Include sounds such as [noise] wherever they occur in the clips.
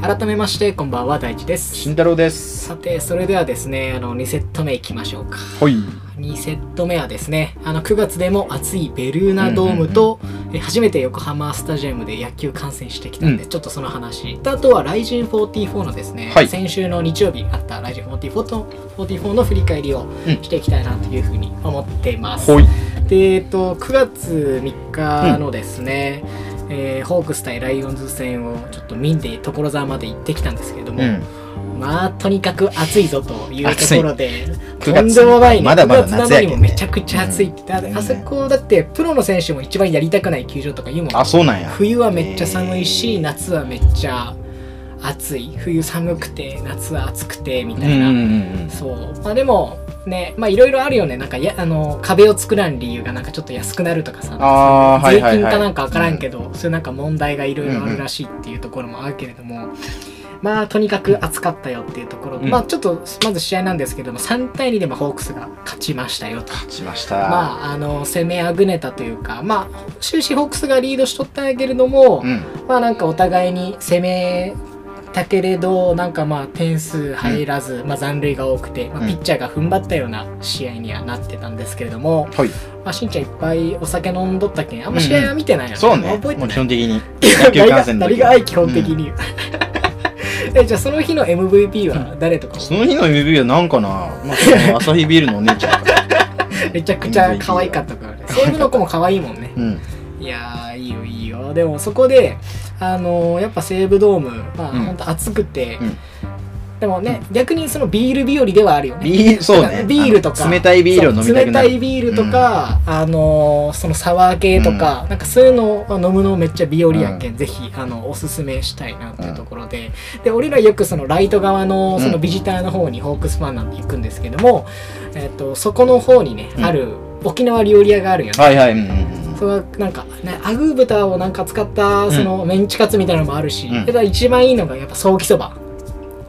改めましてこんばんは大地です慎太郎ですさてそれではですねあの2セット目いきましょうかはい2セット目はですねあの9月でも暑いベルーナドームと、え初めて横浜スタジアムで野球観戦してきたんで、うちょっとその話あとはライジン44のですね、はい先週の日曜日あったライジン44と44の振り返りをうんしていきたいなというふうに思っています、ほいでえっと9月3日のですね、えーホークス対ライオンズ戦をちょっと見んで所沢まで行ってきたんですけれども、うんまあとにかく暑いぞというところで暑といんでもないねまだまだ9月夏なやのけにんねもめちゃくちゃ暑いって、だってうんあそこだってプロの選手も一番やりたくない球場とか言うもんあそうなんや冬はめっちゃ寒いし夏はめっちゃ暑い冬寒くて夏は暑くてみうんたういんな、うんそうまあでもねまあいろいろあるよねなんかやあの壁を作らん理由がなんかちょっと安くなるとかさあー税はいはい金はいかなんか分からんけど、そういうなんか問題がいろいろあるらしいっていうところもあるけれども、まあとにかく暑かったよっていうところ、うんまあちょっとまず試合なんですけども3対2でもホークスが勝ちましたよと。しましたあまあ、あの攻めあぐねたというか、まあ、終始ホークスがリードしとったんやけれども、うんまあなんかお互いに攻めたけれどなんかまあ点数入らず、まあ、残塁が多くて、まうあ、んピッチャーが踏ん張ったような試合にはなってたんですけれども、はいまあ、しんちゃんいっぱいお酒飲んどったけんあんま試合は見てないよね、そうね覚えもてう基ない本的に野球観戦の誰 [laughs] 時が愛基本的に、 [laughs] えじゃあその日の MVP は誰とか、その日の MV はなんかなまあその朝日ビールのお姉ちゃんかな [laughs] めちゃくちゃ可愛かったからね西武の子も可愛いもんねうんいやーいいよいいよでもそこで、あのーやっぱ西武ドーム、まあうん本当暑くて、うんでもね逆にそのビール日和ではあるよねビールそうねビールとかあの冷たいビールを飲みたくなそう冷たいるビールとか、あのーそのサワー系とか、なんかそういうのを飲むのめっちゃ美容利やけん、ぜひあのおすすめしたいなっていうところで、で俺らよくそのライト側のそのうんビジターの方にホークスファンなんて行くんですけども、えっとそこの方にね、うんある沖縄料理屋があるよね、はいはいうんうんうんそのなんか、ね、アグー豚をなんか使ったそのメンチカツみたいなのもあるし、うんただ一番いいのがやっぱソーキそば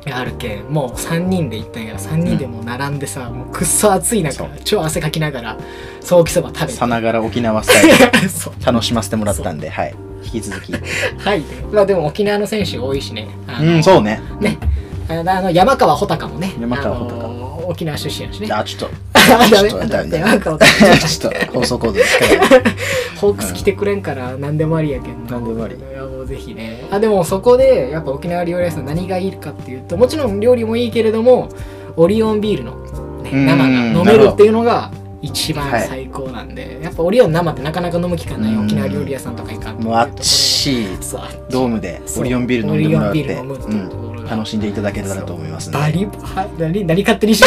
があるけんもう3人で行ったんやから3人でもう並んでさ、もうくっそ暑いそう中超汗かきながらソーキそば食べてさながら沖縄スタイ [laughs] ルそう楽しませてもらったんではい引き続きはいまあでも沖縄の選手多いしねあのうんそうねねあのあの山川穂高もね山川穂高あの沖縄出身やしねあちょっと [laughs] ダメちょっとダメだ山川穂高ちょっと放送コードですからホークス来てくれんから何でもありやけんな何でもありいやもうぜひねあでもそこでやっぱ沖縄料理屋さん何がいいかっていうともちろん料理もいいけれどもオリオンビールの、ね、うん生が飲なめるほるどっていうのが一番はい最高なんで、やっぱオリオン生ってなかなか飲む機会ない、うん沖縄料理屋さんとか行かんともうあっちいそうあっちドームでそうオリオンビール飲んでもらっオリオンビーてル飲むっていうところがうん楽しんでいただけたらと思いますねバリは何何勝手にして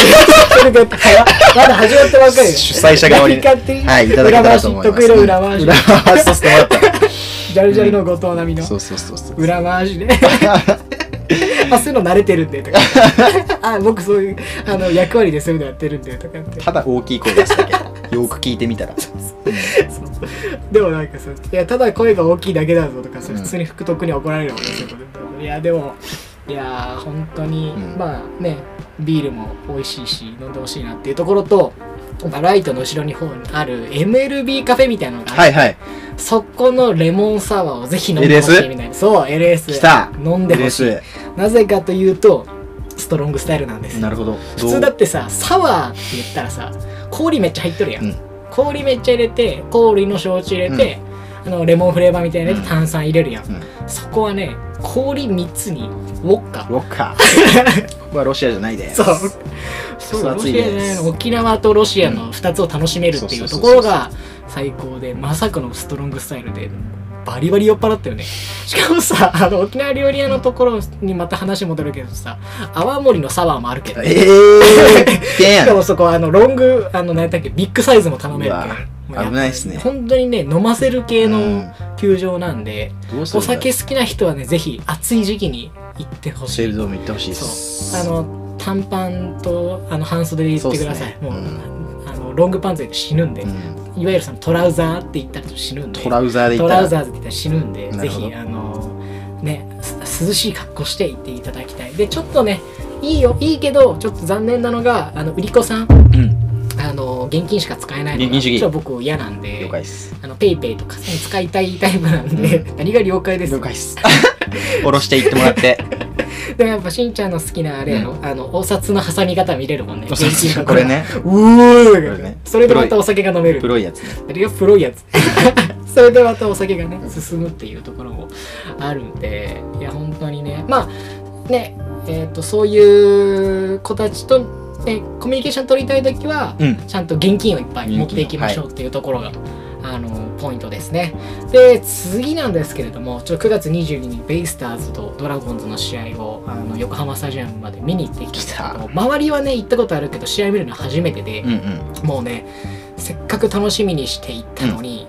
るのまだ始まったばっかり主催者側に何勝手にはいいただけたらと思います裏回し得意の裏回し裏回しさせてもらっジャルジャルの後藤並みのたそうそうそうそう裏回しで [laughs] あそういうの慣れてるんでとかあ僕そういうあの役割でそういうのやってるんでとかってただ大きい声出すだけよく聞いてみ [laughs] たらでもなんかそういやただ声が大きいだけだぞとかそううん普通に福徳に怒られるわけですよ、いやでもいやー本当に、うんまあねビールも美味しいし飲んでほしいなっていうところとまあライトの後ろに方にある MLB カフェみたいなのがあってはいはいそこのレモンサワーをぜひ飲んでほしいみたいなそう LS 来た飲んでほしい嬉なぜかというとストロングスタイルなんですしいなるほど普通だってさサワーって言ったらさ氷めっちゃ入っとるやん、うん氷めっちゃ入れて氷の焼酎入れて、あのレモンフレーバーみたいなやつ炭酸入れるやん、うんそこはね氷3つにウォッカどうウォッ [laughs] カここはロシアじゃないでそうそうそうロ暑いシアじゃないですの沖縄とロシアの2つを楽しめるっていうところが最高でまさかのストロングスタイルでバリバリ酔っ払ったよねしかもさあの沖縄料理屋のところにまた話戻るけどさ泡盛のサワーもあるけどええしかもそこはあのロングあの何やったっけビッグサイズも頼めるうわけど危ないっすね本当にね飲ませる系うんの球場なんで、どうすおるんだ酒好きな人はねぜひ暑い時期に行ってほしセーいルドーム行ってほしいですそうあの短パンとあの半袖で行ってくださいそうっもう、すねあのロングパンツで死ぬんで、うんいわゆるそのトラウザーって言ったら死ぬんでトラウザーで行トったラウらザーズって言ったら死ぬんで、なぜるほどひ、あの、ね、す涼しい格好して行っていただきたい。で、ちょっとね、いいよ、いいけど、ちょっと残念なのが、あの、売り子さん、うんあの、現金しか使えないのが、現金主義ちょっと僕嫌なんで、了解ですあの、ペイペイとか使いたいタイプなんで、う何が了解です了解です下ろして行ってもらって [laughs] でもやっぱしんちゃんの好きなあれやろ、あのお札の挟み方見れるもんねお札これねうーこれねそれでまたお酒が飲める [laughs] 黒いやつねあれがプロいやつ [laughs] それでまたお酒がね進むっていうところもあるんでいや本当にねまあねえー、とそういう子たちと、ね、コミュニケーション取りたい時はうんちゃんと現金をいっぱい持っていきましょうっていうところが、あのポイントですね。で次なんですけれどもちょっと9月22日ベイスターズとドラゴンズの試合をあの横浜スタジアムまで見に行ってきたんですけど周りはね行ったことあるけど試合見るの初めてでうん、うんもうねせっかく楽しみにして行ったのに、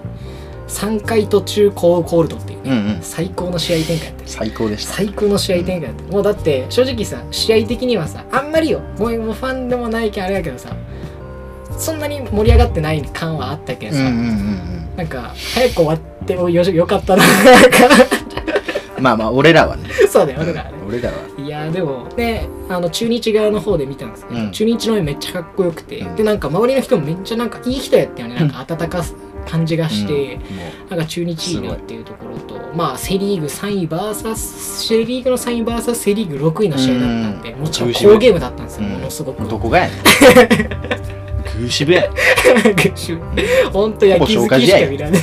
3回途中コーコールドっていううね、んうん最高の試合展開やった最高でした最高の試合展開だった、もうだって正直さ試合的にはさあんまりよもうもうファンでもないけんあれやけどさそんなに盛り上がってない感はあったけどうんさ、うんうんなんか早く終わってもよよかったななんか [laughs] うんまあまあ俺らはねそうだよだからうねん俺らはいやーでもねあの中日側の方で見たんですけど、うん中日の絵めっちゃかっこよくて、うんでなんか周りの人もめっちゃなんかいい人やったよねなんか温かす感じがして、うんもうなんか中日いいなっていうところと、まあセ・リーグ3位 VS セ・リーグの3位 VS セ・リーグ6位の試合だったんで、うんもちろん好ゲームだったんですよ、うんものすごく。[laughs] どこがやねん。 [laughs] グーシブやねん。本当野球好きし [laughs] か見られない。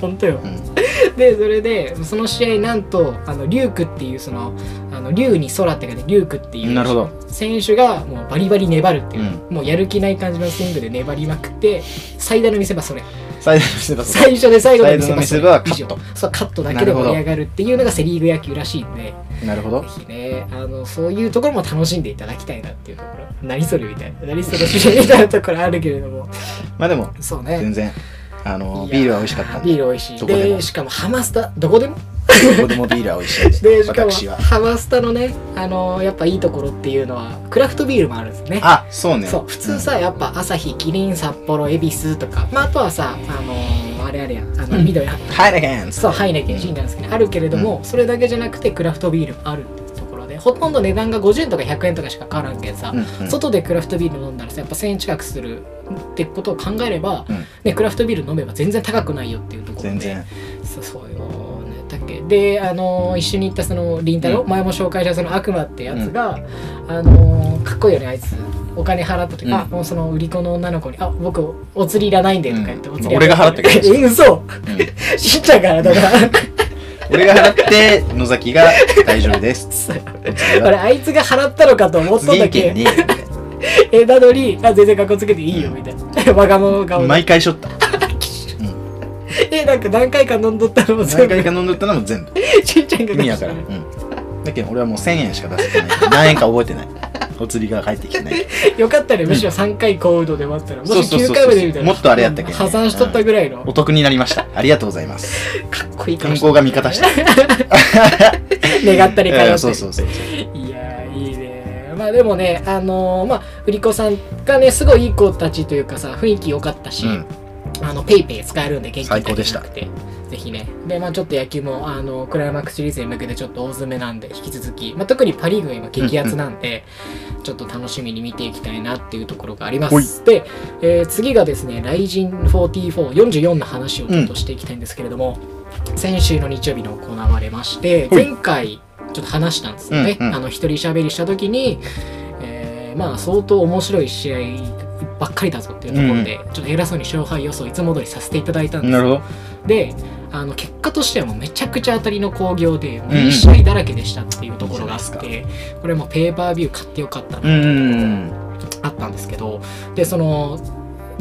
本当よ。うんで、それで、その試合、なんと、あの、リュークっていう、その、あの、リュウに空って書いて、リュークっていうなるほど。選手が、もうバリバリ粘るっていう、もうやる気ない感じのスイングで粘りまくって、最大の見せ場、それ。最初の見せ場そ最初で最後の見せ場、最後の見そせれ場はカット以上そう、カットだけで盛り上がるっていうのがセ・リーグ野球らしいんで。うなるほど。ぜひね、あの、そういうところも楽しんでいただきたいなっていうところ。何それみたいな。何それ試合みたいなところあるけれども。まあでも、そう全ね。然、あの、いやビールは美味しかったんビーで、ル美味しい。どこででもしかもハマスタ、どこでもどこでもビールは美味しいんでで、しかも私は。ハマスタのね、あの、やっぱいいところっていうのは、クラフトビールもあるんですね。あ、そうね。そう、普通さ、やっぱ朝日、キリン、札幌、恵比寿とか、まあ、あとはさ、あのあれあれや、あの、うん緑、うん。ハイネケンそう、ハイネケン、ジンなんですけど、あるけれども、それだけじゃなくて、クラフトビールもあるっていうところで、ほとんど値段が50円とか100円とかしか変わらんけんさ、うんうん外でクラフトビール飲んだらさやっぱ1000円近くするってことを考えれば、うんね、クラフトビール飲めば全然高くないよっていうところで全然。そうそうよねだっけであのー一緒に行ったそのりんたろう前も紹介したその悪魔ってやつが、あのーかっこいいよねあいつお金払った時、うんあもうその売り子の女の子に「あ僕お釣りいらないんで」とか言って、うんお釣り俺が払ったけどえ嘘うん [laughs] しんちゃんからだから俺が払って、野崎が大丈夫です。 [laughs] お次は俺あいつが払ったのかと思ったん次だ意け見どに、えなのにあ全然格好つけていいよみたいな [laughs] わがまま顔で毎回しょった。えなんか何回か飲んどったのも [laughs] 何全部回か飲んどったのも全部。 [laughs] ちんちゃんが意味やから。うんだけど俺はもう1000円しか出せてない。何円か覚えてない。お釣りが返ってきてない。よかったねむしろ3回コールドで終わったらもそうしそうそう9そう回までみたいなもっとあれやったっけ破産しとったぐらいの、お得になりました。ありがとうござい [laughs] ます。かっこいい顔健して康が味方した。願ったり通ってえるーそうそうそう。いやーいいねまあでもねあのーまあ売り子さんがねすごいいい子たちというかさ雰囲気良かったし、うん。あのペイペイ使えるんで元気最高でしたなくてぜひねでまあちょっと野球もあのクライマックスシリーズに向けてちょっと大詰めなんで引き続き、まあ、特にパ・リーグが今激アツなんで、ちょっと楽しみに見ていきたいなっていうところがありまほいすで、えー次がですね「雷神4444の話をちょっとしていきたいんですけれども、先週の日曜日に行われましてほい前回ちょっと話したんですよね、うんうんあの一人喋りした時に、えーまあ相当面白い試合ばっかりだぞっていうところで、ちょっと偉そうに勝敗予想いつも通りさせていただいたんですなるほど。であの結果としてはもうめちゃくちゃ当たりの興行でもううんいい試合だらけでしたっていうところがあって、いいじこれもうペーパービュー買ってよかったなってういうところがん。あったんですけどでその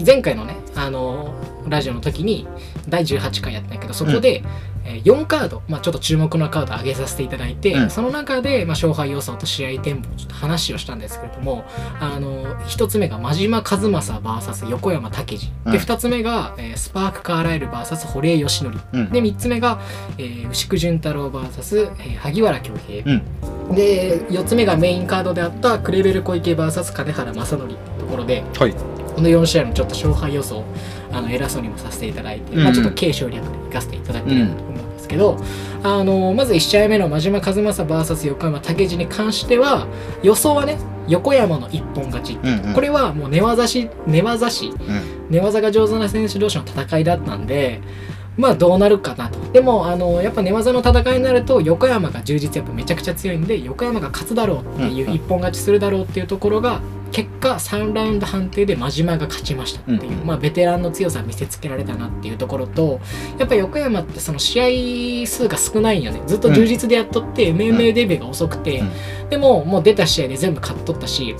前回のねあのラジオの時に第18回やったんやけどそこで、えー4カード、まあ、ちょっと注目のカード上げさせていただいて、うんその中で、まあ、勝敗予想と試合展望ちょっと話をしたんですけれどもあの1つ目が真島和正 VS 横山武史うんで2つ目が、えースパーク・カーライル VS 堀江義則うん。で3つ目が、えー牛久潤太郎 VS、えー萩原恭平うん。で4つ目がメインカードであったクレベル小池 VS 金原正則ってところではい。この4試合のちょっと勝敗予想をあの偉そうにもさせていただいて、まうあ、んちょっと軽省略でいかせていただければと思うんですけど、あのまず1試合目の真島和正 VS 横山武史に関しては予想はね横山の一本勝ち、うん。これはもう寝技し寝技しうん。寝技が上手な選手同士の戦いだったんでまあどうなるかなとでもあのやっぱ寝技の戦いになると横山が充実やっぱめちゃくちゃ強いんで横山が勝つだろうっていうんううん一本勝ちするだろうっていうところが結果3ラウンド判定で真島が勝ちましたっていう、うんうんまあ、ベテランの強さ見せつけられたなっていうところとやっぱ横山ってその試合数が少ないんよねずっと充実でやっとって、MMA デビューが遅くて、でももう出た試合で全部勝っとったし、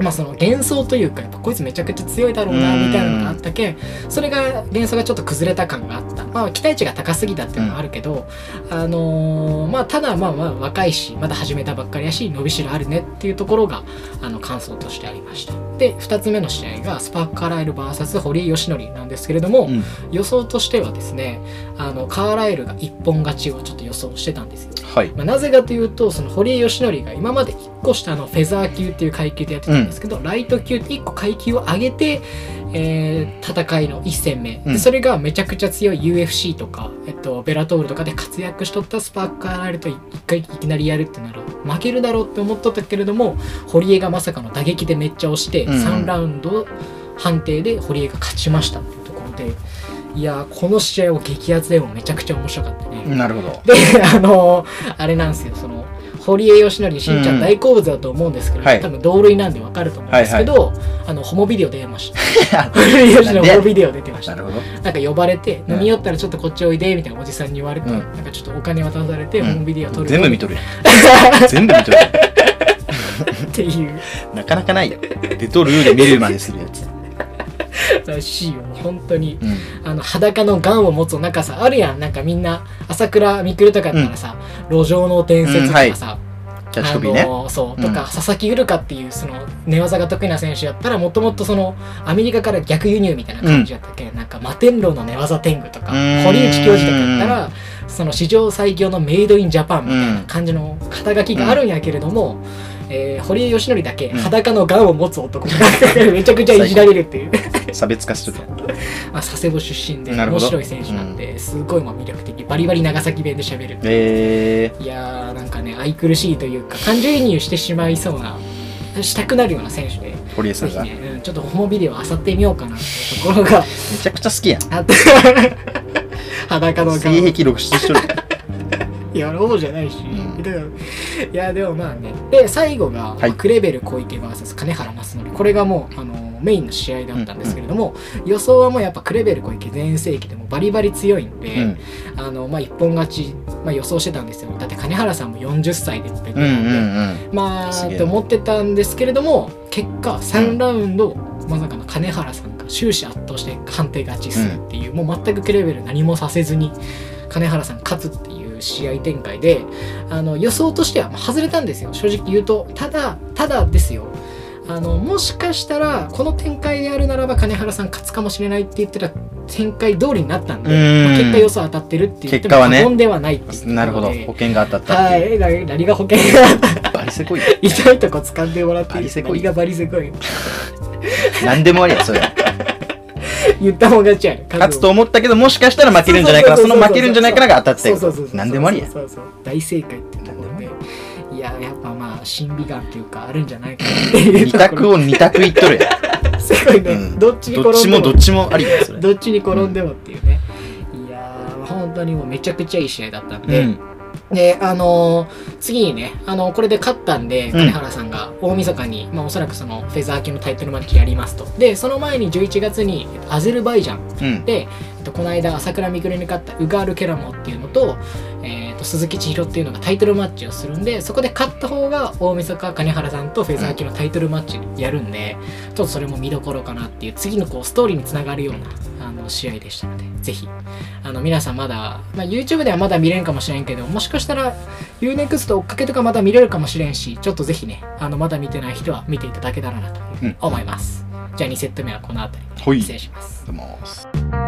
まあ、その幻想というかやっぱこいつめちゃくちゃ強いだろうなうんみたいなのがあったけんそれが幻想がちょっと崩れた感があった、まあ、期待値が高すぎたっていうのはあるけど、あのーまあ、ただまあまあ若いしまだ始めたばっかりやし伸びしろあるねっていうところがあの感想としてありましたで2つ目の試合がスパーカーライル VS 堀井義則なんですけれども、うん予想としてはですねあのカーライルが一本勝ちをちょっと予想してたんですよはいまあ、なぜかというとその堀江義則が今まで1個下のフェザー級っていう階級でやってたんですけど、ライト級って1個階級を上げて、えー戦いの1戦目、うでんそれがめちゃくちゃ強い UFC とか、えっと、ベラトールとかで活躍しとったスパーカーライルと1回いきなりやるってなる負けるだろうって思っとったけれども堀江がまさかの打撃でめっちゃ押して、うんうん3ラウンド判定で堀江が勝ちましたっていうところでいやーこの試合を激アツでもめちゃくちゃ面白かったね。なるほ [laughs] どで、あのあれなんですよ、その、堀江義則、しんちゃうんん大好物だと思うんですけど、はい多分同類なんでわかると思うんですけど、あの、ホモビデオ出ました。 [laughs] 堀江義則ホモビデオ出てましなた。るほどなんか呼ばれて、うん飲み寄ったらちょっとこっちおいで、みたいなおじさんに言われて、うんなんかちょっとお金渡されて、うんホモビデオ撮る。全部見と [laughs] とるやん全部見とるやんっていうなかな [laughs] かないよ出とるより見るまでするやつらしいよ、もう本当に。うんあの裸のガンを持つなんかさあるやんなんかみんな朝倉未来とかやったらさ、路上の伝説とかさ、キャッチコピーねあのーそううとんか、佐々木うるかっていうその寝技が得意な選手やったらもともとそのアメリカから逆輸入みたいな感じやったっけ、なんか摩天楼の寝技天狗とかうーん堀内教授とかやったらその史上最強のメイドインジャパンみたいな感じの肩書きがあるんやけれども、えー堀江義則だけうん裸のガンを持つ男が [laughs] めちゃくちゃいじられるっていう、差別化しとるやんまあ、佐世保出身でなる面ほど白い選手なんですごいまあ魅力的バリバリ長崎弁で喋るえいやーなんかね愛くるしいというか感情移入してしまいそうなしたくなるような選手でー、堀江さぜんひがねめ、うん、ちょっとホモビデオあさってみようかなっていうところ [laughs] がちゃくちゃ好きやんあって裸の顔性い癖露出しとるややんろうじゃないし、うんだからいやでもまあねで最後が、はいクレベル小池 VS 金原正則これがもうあのメインの試合だったんですけれども、予想はもうやっぱクレベル小池全盛期でもバリバリ強いんで、うんあのまあ、一本勝ち、まあ、予想してたんですよだって金原さんも40歳でベテうラんンで、うんうんまあすげえと思ってたんですけれども結果3ラウンド、まさかの金原さんが終始圧倒して判定勝ちするっていう、もう全くクレベル何もさせずに金原さん勝つっていう試合展開であの予想としてはまあ外れたんですよ正直言うとただただですよあのもしかしたらこの展開であるならば金原さん勝つかもしれないって言ってた展開通りになったんで、うんまあ結果予想当たってるって言っても結果はね過言ではないっていうところでなるほど保険が当たったっはていういな何が保険がバリせこいよ痛いとこ掴んでもらっていいバリセコイ何がバリセコイ何でもありやそれは [laughs] 言ったもん勝ちやる勝つと思ったけどもしかしたら負けるんじゃないかなそうそそうのそうそう負けるんじゃないかなが当たったそうよそうそうそう何でもありやそうそうそう大正解ってところ何ででいややっぱまあ審美眼というかあるんじゃないかなっていう二択を二択いっ [laughs] とるやんすごいね、うんどっちにどっ転ちんでももどっちもありやそれどっちに転んでもっていうね、いやー本当にもうめちゃくちゃいい試合だったんうで、んであのー次にね、あのこれで勝ったんでん金原さんが大晦日に、まあ、おそらくそのフェザー級のタイトルマッチやりますとでその前に11月にえっとアゼルバイジャンうんで、えっと、この間朝倉未来に勝ったウガール・ケラモっていうのと,、えっと鈴木千尋っていうのがタイトルマッチをするんでそこで勝った方が大晦日金原さんとフェザー級のタイトルマッチやるんで、ちょっとそれも見どころかなっていう次のこうストーリーにつながるようなあの試合でしたのでぜひあの皆さんまだ、まあ、YouTube ではまだ見れんかもしれんけどもしかしたら UNEXT 追っかけとかまだ見れるかもしれんしちょっとぜひねあのまだ見てない人は見ていただけたらなというふうに思います、じゃあ2セット目はこの辺りでほい失礼しますどうもー